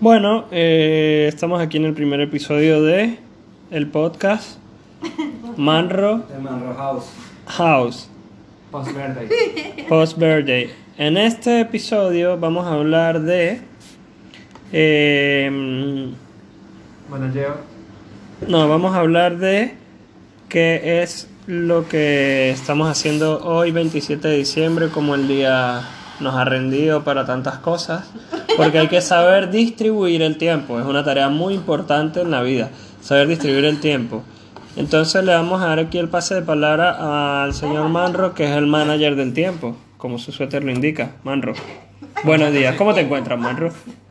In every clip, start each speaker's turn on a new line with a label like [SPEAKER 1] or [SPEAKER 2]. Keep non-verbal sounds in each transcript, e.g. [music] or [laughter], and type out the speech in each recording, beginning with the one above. [SPEAKER 1] Bueno, eh, estamos aquí en el primer episodio de el podcast Manro
[SPEAKER 2] De Manro House,
[SPEAKER 1] House
[SPEAKER 2] Post Verde.
[SPEAKER 1] Post Birthday. En este episodio vamos a hablar de em,
[SPEAKER 2] Bueno, yo.
[SPEAKER 1] no, vamos a hablar de qué es lo que estamos haciendo hoy 27 de diciembre como el día nos ha rendido para tantas cosas, porque hay que saber distribuir el tiempo, es una tarea muy importante en la vida, saber distribuir el tiempo. Entonces le vamos a dar aquí el pase de palabra al señor Manro, que es el manager del tiempo, como su suéter lo indica. Manro, buenos días, ¿cómo te encuentras, Manro?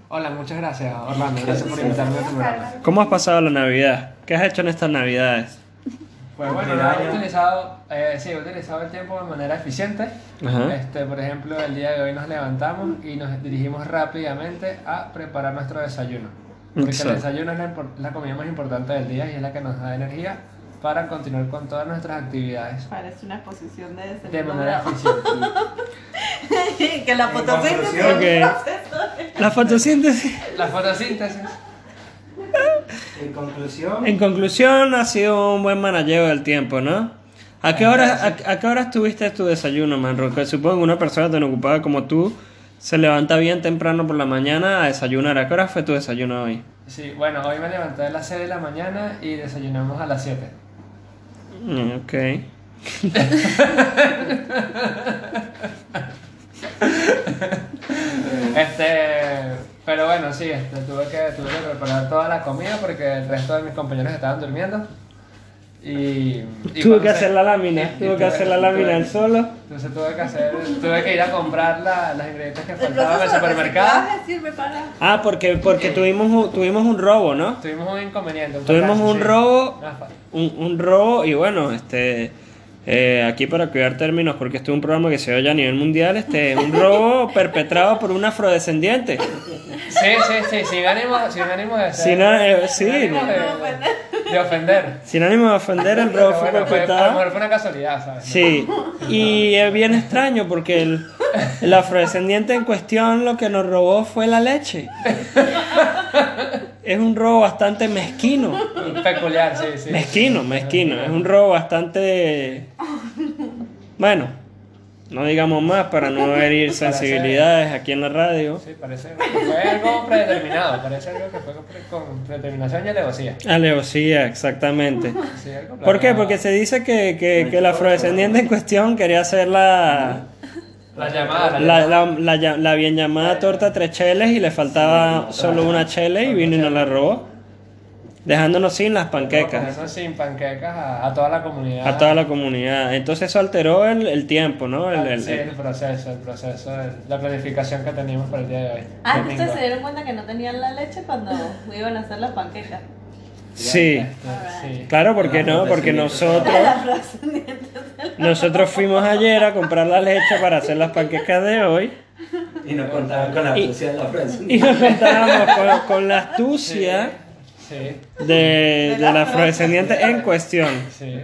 [SPEAKER 2] Hola, muchas gracias, Orlando. Gracias por invitarme a tu programa.
[SPEAKER 1] ¿Cómo has pasado la Navidad? ¿Qué has hecho en estas Navidades?
[SPEAKER 2] Pues bueno, he utilizado, eh, sí, he utilizado el tiempo de manera eficiente.
[SPEAKER 1] Ajá.
[SPEAKER 2] Este, por ejemplo, el día de hoy nos levantamos y nos dirigimos rápidamente a preparar nuestro desayuno. Porque
[SPEAKER 1] Exacto.
[SPEAKER 2] el desayuno es la, impor- la comida más importante del día y es la que nos da energía para continuar con todas nuestras actividades
[SPEAKER 3] Parece una exposición de
[SPEAKER 2] de
[SPEAKER 3] segundo
[SPEAKER 2] manera
[SPEAKER 3] grado.
[SPEAKER 2] eficiente.
[SPEAKER 3] [laughs] que la fotosíntesis es un
[SPEAKER 1] conclusión,
[SPEAKER 3] proceso.
[SPEAKER 1] La fotosíntesis.
[SPEAKER 2] La fotosíntesis.
[SPEAKER 4] En conclusión,
[SPEAKER 1] En conclusión, ha sido un buen manalleo del tiempo, ¿no? ¿A qué hora, a, a qué hora tuviste tu desayuno, Manro? Que supongo que una persona tan ocupada como tú se levanta bien temprano por la mañana a desayunar. ¿A qué hora fue tu desayuno hoy?
[SPEAKER 2] Sí, bueno, hoy me levanté a las 6 de la mañana y desayunamos a las 7.
[SPEAKER 1] Mm, Ok.
[SPEAKER 2] Este, pero bueno, sí, este, tuve, que, tuve que preparar toda la comida porque el resto de mis compañeros estaban durmiendo. Y, y
[SPEAKER 1] tuve
[SPEAKER 2] cuando
[SPEAKER 1] que
[SPEAKER 2] se-
[SPEAKER 1] hacer la lámina,
[SPEAKER 2] y- y
[SPEAKER 1] tuve que hacer la lámina
[SPEAKER 2] tuve-
[SPEAKER 1] al solo.
[SPEAKER 2] Entonces tuve que hacer, tuve que ir a comprar la- los ingredientes que
[SPEAKER 3] El
[SPEAKER 2] faltaban en el
[SPEAKER 3] proceso de
[SPEAKER 2] supermercado.
[SPEAKER 3] reciclaje sirve para...
[SPEAKER 1] Ah, porque, porque tuvimos, un- tuvimos un robo, ¿no?
[SPEAKER 2] Tuvimos un inconveniente. un
[SPEAKER 1] Tuvimos
[SPEAKER 2] fracaso,
[SPEAKER 1] un
[SPEAKER 2] sí.
[SPEAKER 1] robo.
[SPEAKER 2] Una fa-
[SPEAKER 1] un, un robo y bueno, este eh, aquí para cuidar términos, porque este es un programa que se oye a nivel mundial, este
[SPEAKER 2] [laughs]
[SPEAKER 1] un robo perpetrado por un afrodescendiente.
[SPEAKER 2] Sí, sí, sí, sin ánimo, sin ánimo de ser-
[SPEAKER 1] Sin a- eh, sí.
[SPEAKER 2] ánimo
[SPEAKER 3] pues,
[SPEAKER 2] de, de ofender.
[SPEAKER 1] Sin ánimo de ofender, el robo
[SPEAKER 2] Pero
[SPEAKER 1] fue
[SPEAKER 2] bueno, fue, a lo
[SPEAKER 1] perpetrado.
[SPEAKER 2] mejor fue una casualidad, ¿sabes?
[SPEAKER 1] Sí, y es bien extraño porque el, el afrodescendiente en cuestión lo que nos robó fue la leche. Es un robo bastante mezquino.
[SPEAKER 2] Peculiar, sí, sí.
[SPEAKER 1] Mezquino, mezquino. Es un robo bastante. Bueno, no digamos más para no herir sensibilidades aquí en la radio.
[SPEAKER 2] Sí, parece que fue algo predeterminado, parece algo que fue con pre- con predeterminación y alevosía.
[SPEAKER 1] Alevosía, Ah, exactamente.
[SPEAKER 2] Sí, algo
[SPEAKER 1] ¿Por qué?
[SPEAKER 2] planeado.
[SPEAKER 1] Porque se dice que, que, que el afrodescendiente en cuestión quería hacer la,
[SPEAKER 2] La llamada, la,
[SPEAKER 1] la, la-
[SPEAKER 2] llamada.
[SPEAKER 1] la ya- la bien llamada torta tres cheles y le faltaba solo una chele y vino y nos la robó, dejándonos sin las
[SPEAKER 2] Con
[SPEAKER 1] panquecas.
[SPEAKER 2] eso sin panquecas a, a toda la comunidad.
[SPEAKER 1] A toda la comunidad. Entonces eso alteró el, el tiempo, ¿no? El- el-
[SPEAKER 2] Ah, Sí, el proceso, el proceso, el- la planificación que teníamos para el día de hoy.
[SPEAKER 3] Ah,
[SPEAKER 2] Domingo.
[SPEAKER 3] entonces se dieron cuenta que no tenían la leche cuando iban a hacer las [laughs] panquecas.
[SPEAKER 1] sí.
[SPEAKER 2] Sí.
[SPEAKER 1] Claro,
[SPEAKER 4] Ah,
[SPEAKER 1] porque no,
[SPEAKER 4] pues
[SPEAKER 1] porque nosotros
[SPEAKER 3] [laughs]
[SPEAKER 1] nosotros fuimos ayer a comprar la leche para hacer las panquecas de hoy
[SPEAKER 4] y nos contaban con la
[SPEAKER 1] Y-
[SPEAKER 4] policía de la Francia.
[SPEAKER 1] y nos contábamos con, con la
[SPEAKER 2] Sí.
[SPEAKER 1] astucia
[SPEAKER 2] Sí.
[SPEAKER 1] de, del afrodescendiente en cuestión.
[SPEAKER 2] sí.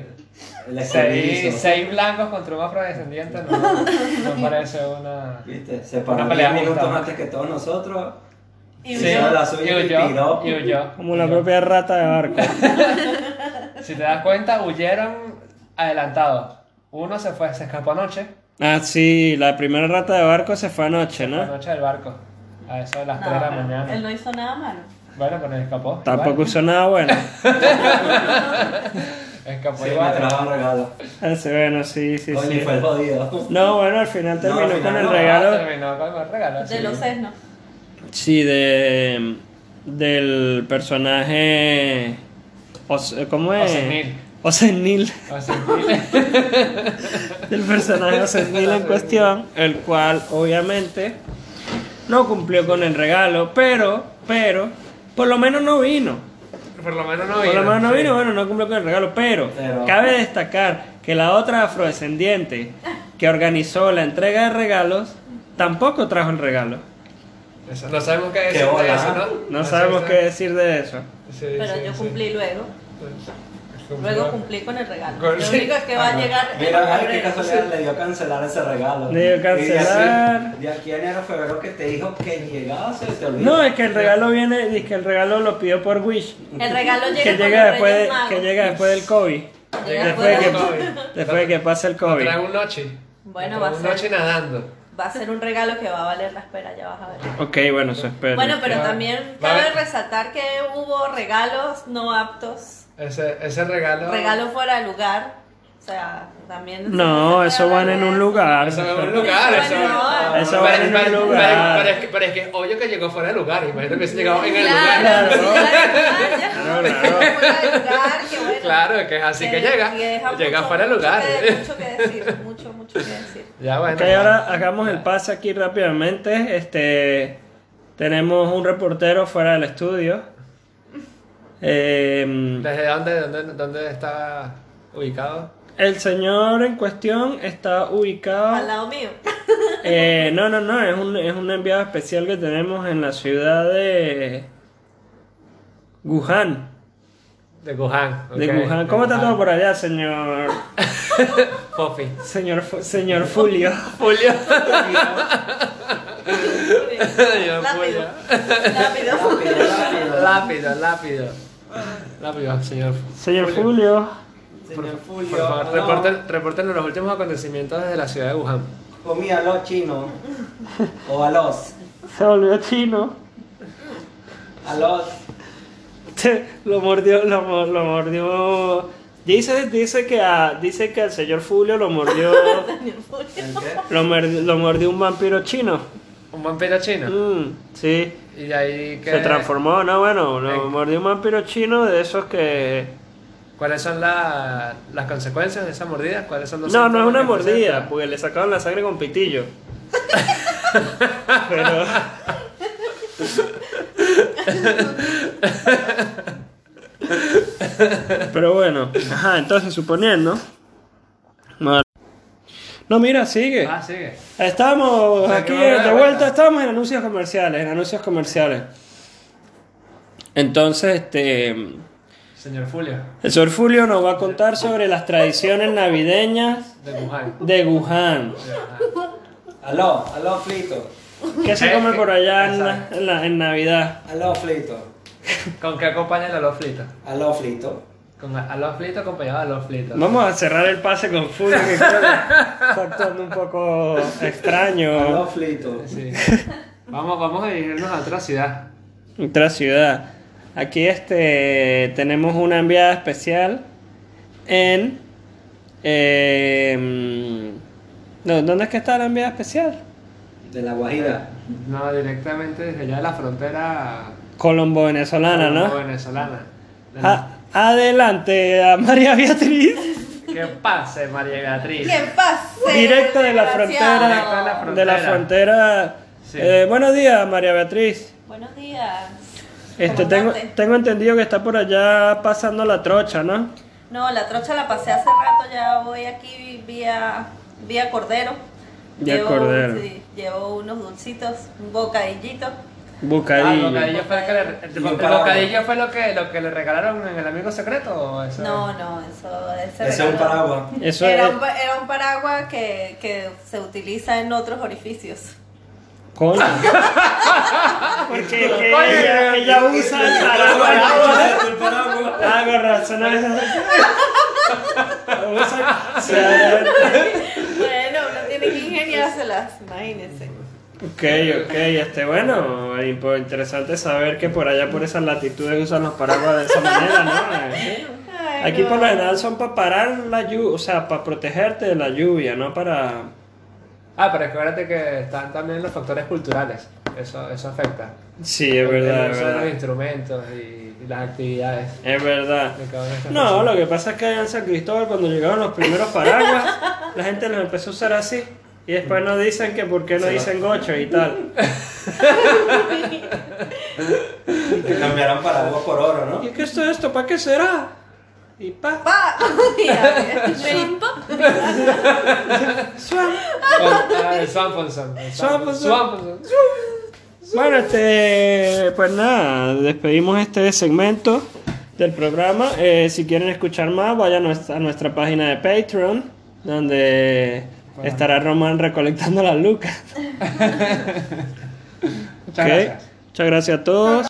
[SPEAKER 4] El
[SPEAKER 2] Seis,
[SPEAKER 4] exorcismo.
[SPEAKER 2] seis blancos contra un afrodescendiente no,
[SPEAKER 3] [laughs]
[SPEAKER 2] no parece una.
[SPEAKER 4] ¿Viste? Se
[SPEAKER 2] Una
[SPEAKER 4] paró
[SPEAKER 2] pelea
[SPEAKER 4] 10 minutos
[SPEAKER 2] justa.
[SPEAKER 4] antes que todos nosotros.
[SPEAKER 3] Y
[SPEAKER 4] Sí.
[SPEAKER 2] Y
[SPEAKER 4] Hizo
[SPEAKER 3] yo-
[SPEAKER 4] la suya y
[SPEAKER 2] huyó.
[SPEAKER 4] tiró.
[SPEAKER 2] Y huyó.
[SPEAKER 1] Como la propia rata de barco.
[SPEAKER 2] Si te das cuenta, huyeron adelantados. Uno se fue, se escapó anoche,
[SPEAKER 1] Ah, sí, la primera rata de barco se fue anoche, ¿no?
[SPEAKER 2] anoche del barco, a eso de las
[SPEAKER 3] No,
[SPEAKER 2] 3 de la
[SPEAKER 3] pero
[SPEAKER 2] mañana.
[SPEAKER 3] Él no hizo nada malo.
[SPEAKER 2] Bueno, pero escapó.
[SPEAKER 1] Tampoco
[SPEAKER 2] igual.
[SPEAKER 1] hizo nada bueno.
[SPEAKER 2] Escapó
[SPEAKER 4] Sí, me
[SPEAKER 2] igual.
[SPEAKER 4] trajo regalo.
[SPEAKER 1] Así, bueno, sí, sí,
[SPEAKER 4] Coño,
[SPEAKER 1] sí.
[SPEAKER 4] y fue
[SPEAKER 1] [laughs]
[SPEAKER 4] el jodido.
[SPEAKER 1] No, bueno, al final terminó
[SPEAKER 4] pues, No, al final
[SPEAKER 1] con el
[SPEAKER 4] no,
[SPEAKER 1] regalo.
[SPEAKER 2] Terminó con el regalo.
[SPEAKER 3] De
[SPEAKER 2] Ah, sí.
[SPEAKER 3] los sesnos.
[SPEAKER 1] Sí, de del personaje Os- ¿cómo es?
[SPEAKER 2] Osenil.
[SPEAKER 1] Osenil,
[SPEAKER 2] O sea,
[SPEAKER 1] [laughs]
[SPEAKER 2] sí.
[SPEAKER 1] del personaje Osenil en cuestión, el cual obviamente no cumplió con el regalo, pero pero por lo menos no vino.
[SPEAKER 2] Por lo menos no
[SPEAKER 1] Por
[SPEAKER 2] vino.
[SPEAKER 1] lo menos no
[SPEAKER 2] sí.
[SPEAKER 1] vino, bueno, no cumplió con el regalo, pero,
[SPEAKER 4] Pero-
[SPEAKER 1] cabe destacar que la otra afrodescendiente que organizó la entrega de regalos tampoco trajo el regalo.
[SPEAKER 2] Eso, no sabemos qué decir
[SPEAKER 4] Qué
[SPEAKER 2] de
[SPEAKER 4] bola,
[SPEAKER 2] eso,
[SPEAKER 4] ¿no?
[SPEAKER 2] ¿no?
[SPEAKER 1] No sabemos qué decir de eso.
[SPEAKER 2] Sí,
[SPEAKER 3] Pero
[SPEAKER 2] sí,
[SPEAKER 3] yo
[SPEAKER 2] sí.
[SPEAKER 3] cumplí luego. Luego cumplí con el regalo.
[SPEAKER 2] Con-
[SPEAKER 3] Lo único es que va a llegar en
[SPEAKER 4] Mira, ay, qué
[SPEAKER 3] febrero.
[SPEAKER 4] casualidad, le dio a cancelar ese regalo.
[SPEAKER 1] Le dio cancelar.
[SPEAKER 4] Y De aquí a enero, febrero que te dijo que llegaba, se te olvidó.
[SPEAKER 1] No, es que el regalo viene, dice que el regalo lo pidió por Wish.
[SPEAKER 3] El regalo llega,
[SPEAKER 1] Que
[SPEAKER 3] con
[SPEAKER 1] llega
[SPEAKER 3] los
[SPEAKER 1] después,
[SPEAKER 3] Reyes
[SPEAKER 1] de-
[SPEAKER 3] Magos.
[SPEAKER 1] que llega después del COVID.
[SPEAKER 3] Llega
[SPEAKER 1] Después de que,
[SPEAKER 3] del COVID.
[SPEAKER 1] después de que pase el COVID.
[SPEAKER 2] Trae un noche.
[SPEAKER 3] Bueno,
[SPEAKER 2] Trae
[SPEAKER 3] va a
[SPEAKER 2] Un
[SPEAKER 3] ser-
[SPEAKER 2] noche nadando.
[SPEAKER 3] Va a ser un regalo que va a valer la espera, ya vas a ver.
[SPEAKER 1] Ok, bueno, eso espero.
[SPEAKER 3] Bueno, pero
[SPEAKER 2] Va-
[SPEAKER 3] también
[SPEAKER 2] va-
[SPEAKER 3] cabe resaltar que hubo regalos no aptos,
[SPEAKER 2] Ese, ese regalo.
[SPEAKER 3] regalos fuera de lugar. O sea, también.
[SPEAKER 1] No, eso van en un lugar.
[SPEAKER 2] Eso es un lugar,
[SPEAKER 3] Eso
[SPEAKER 2] eso.
[SPEAKER 3] no.
[SPEAKER 1] Eso
[SPEAKER 2] Pero-
[SPEAKER 1] va en un
[SPEAKER 2] pero-
[SPEAKER 1] lugar.
[SPEAKER 2] Pero, pero es que, pero es que obvio que llegó fuera de lugar. Imagino que hubiese llegado en el lugar.
[SPEAKER 3] Claro,
[SPEAKER 1] ¿no?
[SPEAKER 3] claro,
[SPEAKER 1] Claro, claro.
[SPEAKER 3] claro. Fuera de lugar, que bueno.
[SPEAKER 2] Claro, que es así que llega.
[SPEAKER 3] deja
[SPEAKER 2] Llega
[SPEAKER 3] mucho,
[SPEAKER 2] fuera de
[SPEAKER 3] mucho
[SPEAKER 2] lugar.
[SPEAKER 3] que- Mucho que decir, mucho, mucho que decir.
[SPEAKER 2] Ya bueno.
[SPEAKER 1] Ok, ahora hagamos el pase aquí rápidamente. Este, tenemos un reportero fuera del estudio. Em,
[SPEAKER 2] ¿Desde dónde, dónde, dónde está ubicado?
[SPEAKER 1] el señor en cuestión está
[SPEAKER 3] Al
[SPEAKER 1] ubicado.
[SPEAKER 2] [laughs]
[SPEAKER 3] lado mío.
[SPEAKER 1] eh, no, no, no, es un, es un enviado especial que tenemos en la ciudad de Wuhan.
[SPEAKER 2] De Wuhan.
[SPEAKER 1] De Wuhan. ¿Cómo está todo por allá, señor,
[SPEAKER 2] Fofi.
[SPEAKER 1] señor, Fu- [laughs] señor Fulio?
[SPEAKER 2] Julio.
[SPEAKER 3] Rápido.
[SPEAKER 2] apoyo.
[SPEAKER 3] Rápido.
[SPEAKER 4] Rápido, rápido.
[SPEAKER 2] [laughs] Lápido, lápido. Lápido, señor.
[SPEAKER 1] Señor Fulio.
[SPEAKER 4] Señor Fulvio,
[SPEAKER 2] Por favor,
[SPEAKER 4] no,
[SPEAKER 2] reporten- repórtenos los últimos acontecimientos desde la ciudad de Wuhan.
[SPEAKER 4] Comí a los chinos. O
[SPEAKER 1] [laughs]
[SPEAKER 4] a los.
[SPEAKER 1] Se volvió chino.
[SPEAKER 4] A los.
[SPEAKER 1] [laughs] lo mordió, lo, mo- lo mordió. Dice, dice que a, dice que al señor Fulio lo mordió,
[SPEAKER 4] ¿El qué?
[SPEAKER 1] lo, merdi- lo mordió un vampiro chino.
[SPEAKER 2] Un vampiro chino.
[SPEAKER 1] Mm, sí.
[SPEAKER 2] Y de ahí que.
[SPEAKER 1] Se transformó, no bueno,
[SPEAKER 2] Eh.
[SPEAKER 1] lo mordió un vampiro chino de esos que
[SPEAKER 2] ¿Cuáles son la- las consecuencias de esa mordida? ¿Cuáles son los
[SPEAKER 1] No, no es
[SPEAKER 2] síntomas
[SPEAKER 1] una
[SPEAKER 2] que presenta?
[SPEAKER 1] mordida, porque le sacaron la sangre con pitillo. Pero Pero bueno, ajá, entonces suponiendo. Mar- No, mira, sigue.
[SPEAKER 2] Ah, sigue.
[SPEAKER 1] Estamos
[SPEAKER 2] Se
[SPEAKER 1] aquí
[SPEAKER 2] quedó de
[SPEAKER 1] de vuelta,
[SPEAKER 2] vuelta.
[SPEAKER 1] estamos en anuncios comerciales, en anuncios comerciales. Entonces, este
[SPEAKER 2] Señor Fulio,
[SPEAKER 1] el señor Fulio nos va a contar sobre las tradiciones navideñas
[SPEAKER 2] de Wuhan. [laughs]
[SPEAKER 1] de Wuhan.
[SPEAKER 4] Aló, aló Flito,
[SPEAKER 1] ¿Qué se
[SPEAKER 2] Eh,
[SPEAKER 1] come por allá en,
[SPEAKER 2] exacto.
[SPEAKER 1] en la- en Navidad?
[SPEAKER 4] aló Flito,
[SPEAKER 2] ¿Con qué acompaña el aló frito?
[SPEAKER 4] aló Flito.
[SPEAKER 2] Con aló frito acompañado de aló frito.
[SPEAKER 1] Vamos a cerrar el pase con Fulio, que creo que está actuando un poco
[SPEAKER 4] Aló
[SPEAKER 1] extraño
[SPEAKER 4] Flito.
[SPEAKER 1] [laughs]
[SPEAKER 2] Sí. Vamos, vamos a dirigirnos a otra ciudad.
[SPEAKER 1] en otra ciudad. Aquí este, tenemos una enviada especial en... eh, no, ¿Dónde es que está la enviada especial?
[SPEAKER 4] De la Guajira.
[SPEAKER 2] No, directamente desde allá de la frontera
[SPEAKER 1] Colombo venezolana, ¿no? Ah.
[SPEAKER 2] venezolana. De la-
[SPEAKER 1] A- adelante a María Beatriz.
[SPEAKER 2] Que pase, María Beatriz.
[SPEAKER 3] ¿Quién pase?
[SPEAKER 1] Directo de la
[SPEAKER 3] desgraciado.
[SPEAKER 1] frontera.
[SPEAKER 2] Directo de la frontera.
[SPEAKER 1] De la frontera.
[SPEAKER 2] Sí.
[SPEAKER 1] Eh, buenos días, María Beatriz.
[SPEAKER 3] Buenos días.
[SPEAKER 1] Este, tengo,
[SPEAKER 3] comandante.
[SPEAKER 1] tengo entendido que está por allá pasando la trocha, ¿no?
[SPEAKER 3] No, la trocha la pasé hace rato, ya voy aquí vía, vía Cordero.
[SPEAKER 1] Vía Cordero.
[SPEAKER 3] sí, llevo unos dulcitos, un bocadillito.
[SPEAKER 2] Ah, el
[SPEAKER 1] Bucadillo.
[SPEAKER 2] bocadillo fue, el que le- el-
[SPEAKER 4] Y un
[SPEAKER 2] el
[SPEAKER 4] paraguas.
[SPEAKER 2] bocadillo fue lo, que, lo que le regalaron en el amigo secreto. ¿o eso?
[SPEAKER 3] No, no, eso ese
[SPEAKER 4] Ese es un
[SPEAKER 3] regalo-
[SPEAKER 4] paraguas.
[SPEAKER 1] Eso
[SPEAKER 3] era,
[SPEAKER 1] es-
[SPEAKER 3] un, pa- era un paraguas que, que se utiliza en otros orificios.
[SPEAKER 1] [laughs]
[SPEAKER 3] [laughs]
[SPEAKER 1] Coño. Porque es que
[SPEAKER 2] Coño,
[SPEAKER 1] ella, ella usa el paraguas.
[SPEAKER 4] El paraguas.
[SPEAKER 1] Ah, con razón.
[SPEAKER 2] [laughs]
[SPEAKER 1] a veces- Usa- o sea,
[SPEAKER 3] Bueno, uno tiene que ingeniárselas,
[SPEAKER 1] [laughs]
[SPEAKER 3] imagínense. [laughs]
[SPEAKER 1] Ok, ok, este bueno, impo- interesante saber que por allá, por esas latitudes, usan los paraguas de esa manera, ¿no? Eh,
[SPEAKER 3] Ay,
[SPEAKER 1] Aquí
[SPEAKER 3] no.
[SPEAKER 1] por lo general son para parar la lluvia, o sea, para protegerte de la lluvia, no para...
[SPEAKER 2] Ah, pero acuérdate que están también los factores culturales. Eso, eso afecta.
[SPEAKER 1] Sí, es verdad,
[SPEAKER 2] El
[SPEAKER 1] es
[SPEAKER 2] uso de los
[SPEAKER 1] verdad.
[SPEAKER 2] instrumentos y, y las actividades.
[SPEAKER 1] Es verdad.
[SPEAKER 2] de cada una de estas
[SPEAKER 1] No,
[SPEAKER 2] personas.
[SPEAKER 1] lo que pasa es que allá en San Cristóbal cuando llegaron los primeros paraguas, [laughs] la gente los empezó a usar así. Y después nos dicen que por qué no dicen gocho y tal.
[SPEAKER 4] Te [laughs] cambiaron paraguas por oro,
[SPEAKER 1] ¿Y
[SPEAKER 4] ¿no?
[SPEAKER 1] qué es esto? ¿Para qué será? Y pa,
[SPEAKER 3] Pa. Mira, ven, pa.
[SPEAKER 1] suena.
[SPEAKER 2] Ah, el Swamponson. el
[SPEAKER 1] Swamponson.
[SPEAKER 2] Swamponson.
[SPEAKER 1] Bueno, este, pues nada, despedimos este segmento del programa. Eh, si quieren escuchar más, vayan a nuestra, a nuestra página de Patreon, donde
[SPEAKER 2] Bueno.
[SPEAKER 1] estará Román recolectando las lucas.
[SPEAKER 2] Muchas
[SPEAKER 1] Ok.
[SPEAKER 2] gracias.
[SPEAKER 1] Muchas gracias a todos.